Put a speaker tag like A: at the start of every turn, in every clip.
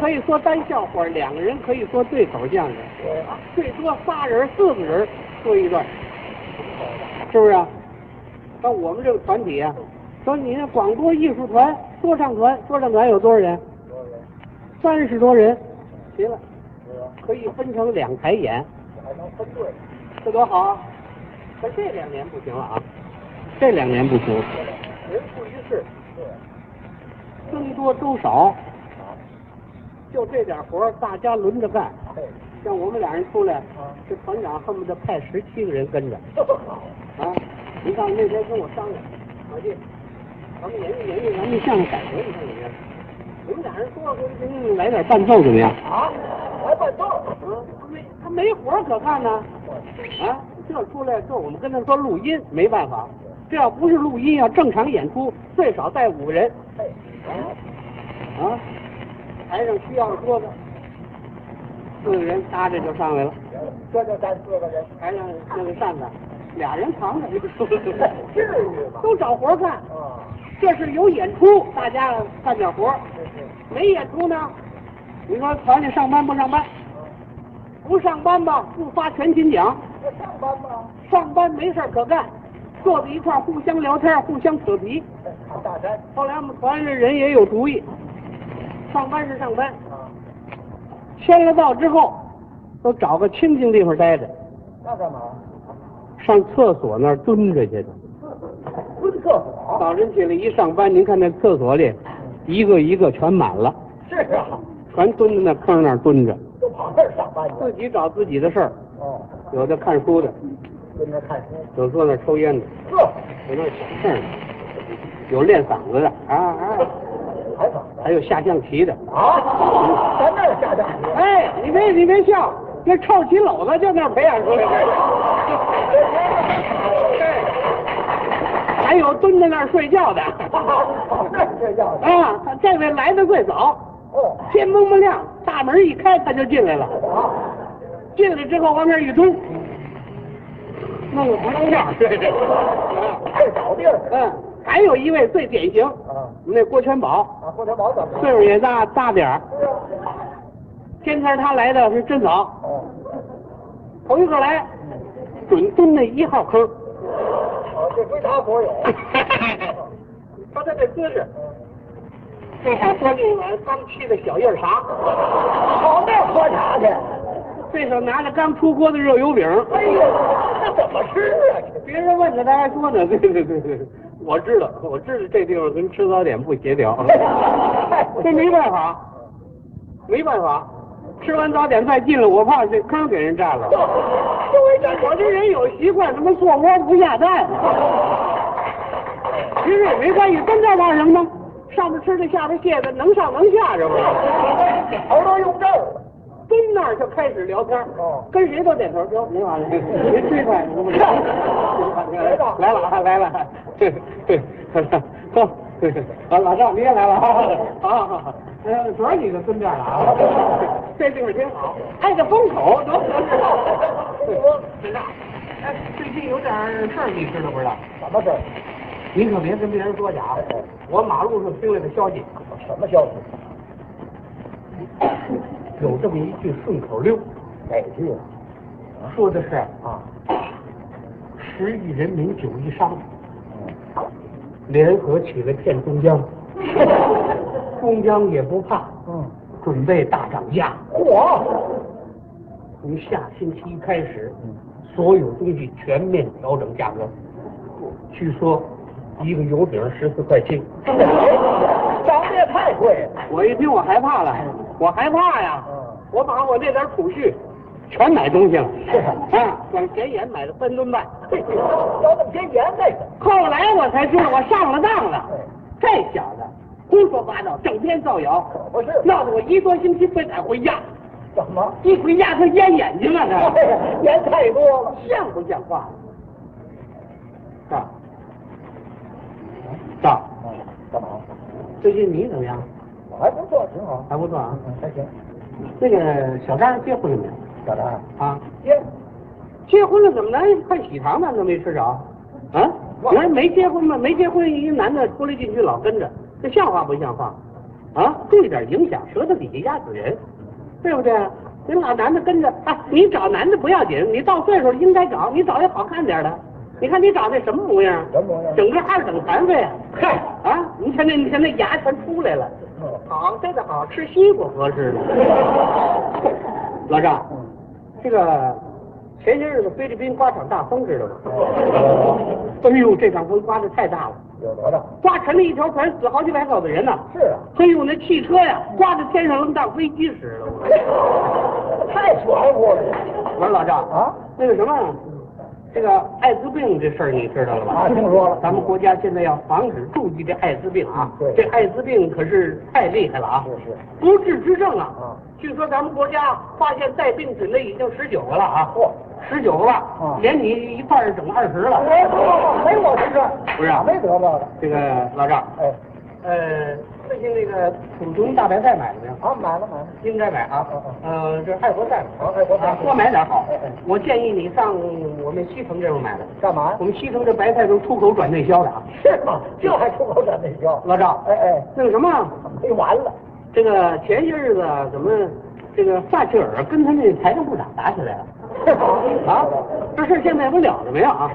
A: 可以说单笑话，两个人可以说对口相声，最多仨人、四个人说一段，是不是、啊？到我们这个团体啊，说你看广播艺术团、说唱团，说唱团有多少人？
B: 多人，
A: 三十多人，行了，
B: 是
A: 可以分成两台演，
B: 还能分队，
A: 这多好啊！可这两年不行了啊，这两年不行，
B: 人不一致，对，
A: 僧多粥少，
B: 好，
A: 就这点活儿大家轮着干。
B: 嘿，
A: 像我们俩人出来，
B: 哎啊，
A: 这团长恨不得派十七个人跟着
B: 这么 好，
A: 啊！你看那天跟我商量，老弟，咱们研究研究咱们相声改革，你看怎么样？我们俩人说说，嗯，来点伴奏怎么样？
B: 啊，还伴奏，
A: 嗯，他没他没活儿可干呢，啊，这出来这我们跟他说录音没办法，这要不是录音要正常演出，最少带五个人
B: 嘿，啊，
A: 啊，台上需要说的，四个人搭着就上来了，
B: 这就咱四个人，
A: 台上那个扇子俩人扛着就出来了，
B: 至于吗？
A: 都找活儿干，
B: 啊，
A: 这是有演出，大家干点活儿，
B: 这是，
A: 没演出呢，你说团里上班不上班？不上班吧，不发全勤奖。
B: 这上班吗？
A: 上班没事儿可干，坐在一块儿互相聊天儿，互相扯皮。
B: 这唐大山，
A: 后来我们团里人也有主意，上班是上班，
B: 啊，
A: 签了到之后，都找个清静地方待着，
B: 那干嘛？
A: 上厕所那儿蹲着去的。
B: 蹲厕所，
A: 早晨起来一上班，您看那厕所里，一个一个全满了，
B: 是啊，
A: 全蹲在那坑那儿蹲着，
B: 就跑这儿上班去
A: 自，己找自己的事儿。
B: 哦，
A: 有的看书的，
B: 跟着看书，
A: 有坐那儿抽烟的，
B: 呵，
A: 有那儿想事儿的，有练嗓子的啊啊，
B: 还怎么？
A: 还有下象棋的。
B: 啊，咱那儿下大雨。
A: 哎，你别你别笑，那臭棋篓子就那儿培养出来的。对，还有蹲在那儿睡觉的。
B: 那这叫
A: 啊，这位来的最早，
B: 哦
A: 天蒙蒙亮，大门一开他就进来了。
B: 啊，
A: 进来之后往那儿一蹲，弄个轱辘样。对对。
B: 爱找地儿
A: 嗯，还有一位最典型，
B: 啊
A: 我们那郭全宝，
B: 啊，郭天宝怎么了？
A: 岁数也大大点儿，
B: 是啊，
A: 天天他来的是真早。
B: 哦，
A: 头一个来，准蹲那一号 坑。
B: 哦，这归他所有。
A: 瞧他这姿势，这还端着一碗刚沏的小叶茶，
B: 跑那儿喝茶去？
A: 这手拿着刚出锅的热油饼。
B: 哎呦，那怎么吃啊？这
A: 别人问他，他还说呢。对对对对， 我知道，我知道这地方跟吃早点不协 调，这没 办法，没办法。吃完早点再进来，我怕这坑给人占了。
B: 这为啥
A: 我这人有习惯，他妈做窝不下蛋。其实也没关系，跟这儿干什么呢？上边吃的，下边卸的，能上能下这不是？
B: 头都用这儿了？
A: 蹲那儿就开始聊天儿，
B: 哦
A: 跟谁都点头，说啊您 好，您您最快，您不是？来了来了啊来了，对对，走，啊老赵你也来了 啊啊，呃主要你就蹲这儿了啊， 这地方挺好，挨着风口，多 多。哎，最近有点事儿，你知道不知道？
B: 什么事儿？
A: 您可别跟别人说去啊！我马路上听来的消息，
B: 什么消息？
A: 有这么一句顺口溜，
B: 哪句
A: 说的是
B: 啊？
A: 十亿人民九亿商，
B: 嗯，
A: 联合起来骗中 央，中央也不怕，
B: 嗯，
A: 准备大涨价。
B: 嚯，
A: 从下星期一开始，
B: 嗯
A: 所有东西全面调整价格。据说一个油饼十四块七，
B: 这长得也太贵了。
A: 我一听我害怕了，我害怕呀
B: 嗯！
A: 我把我那点储蓄全买东西了
B: 是，
A: 啊，往前眼买了三吨半。
B: 嘿搞那么些盐干什么？
A: 后来我才知道我上了当了，这小子胡说八道，整天造谣，
B: 可不是，
A: 闹得我一多星期非得回家，
B: 怎么？
A: 一回家他淹眼睛了，他
B: 盐太多了。
A: 像不像话？赵赵，
B: 干嘛？
A: 最近你怎么样？
B: 我还不错，挺好。
A: 还不错啊。
B: 嗯，还行。
A: 那个小张结婚了没有？
B: 小张，
A: 啊，
B: 耶，
A: 结婚了怎么连快喜糖咱都没吃着？啊，你说没结婚吗？没结婚，一男的出来进去老跟着，这像话不像话？啊，这点影响，舌头底下压死人，对不对？你老男的跟着，哎，你找男的不要紧，你到岁数应该找，你找一好看点的。你看你找那什么模样？
B: 什么模样
A: 整个二等残废啊！
B: 嗨
A: 啊！你看那，你看那牙全出来了。
B: 嗯
A: 好，这个好吃西瓜合 适呢。老赵，
B: 嗯
A: 这个前些日子菲律宾刮场大风，知道吗？哎呦，这场风刮的太大了，
B: 有多大？
A: 刮沉了一条船，死好几百口子人呢。
B: 是啊，
A: 哎呦，那汽车呀，刮到天上，愣当飞机使了。我
B: 太玄乎了
A: 我说老赵
B: 啊，
A: 那个什么，这个艾滋病这事儿你知道了吧？
B: 啊！听说了，
A: 咱们国家现在要防止注意这艾滋病啊
B: 嗯，
A: 这
B: 对
A: 艾滋病可是太厉害了啊
B: 是是，
A: 不治之症啊
B: 啊。
A: 据说咱们国家发现带病菌的已经十九个了啊
B: 嚯，
A: 十九个了
B: 啊，
A: 连你一块儿整二十了。
B: 哎，不不不，没我的事儿，
A: 不是啊
B: 没得到的，
A: 这个老赵，
B: 哎，
A: 呃，最近那个土熊大白菜买了没有？
B: 啊，买了买了，
A: 应该买啊
B: 嗯，
A: 呃，这爱国菜嘛
B: 啊爱国菜
A: 啊多买点好
B: 哎哎。
A: 我建议你上我们西城这边买的，
B: 干嘛呀
A: 我？们西城这白菜都出口转内销的啊。
B: 是吗？这还出口转内销？
A: 老赵，
B: 哎哎，
A: 那个什么。啊
B: 哎完了，
A: 这个前些日子啊怎么这个撒切尔跟他那财政部长打起来了？啊，这事儿现在不了了没有 啊？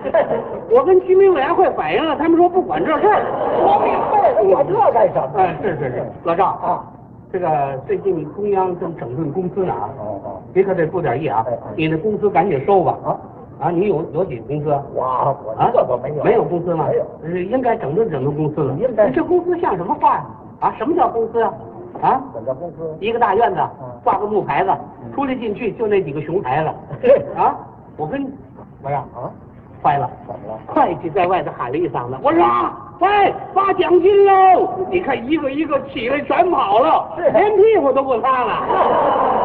A: 我跟居民委员会反映了，他们说不管这事儿。
B: 我明白了，我这干什么？
A: 哎，是是是，老赵
B: 啊，
A: 这个最近中央正整顿公司呢啊，
B: 哦
A: 你可得注点意啊
B: 哎哎，
A: 你的公司赶紧收吧
B: 啊。
A: 啊，你有有几个公司啊
B: 哦，？哇，我这个没有，
A: 没有公司吗？
B: 没有，
A: 呃应该整顿整顿公司了。
B: 应该
A: 这公司像什么话呀？啊，什么叫公司啊？啊？
B: 本家公司
A: 一个大院子
B: 嗯，
A: 挂个木牌子，出来进去就那几个熊孩子。啊，我跟我说
B: 啊，
A: 坏了，
B: 怎么了？
A: 会计在外头喊了一嗓子，我说喂，发奖金 喽！你看一个一个起来全跑了，
B: 是
A: 连屁股都不 擦了。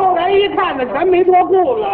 A: 后来一看呢，全没多顾了。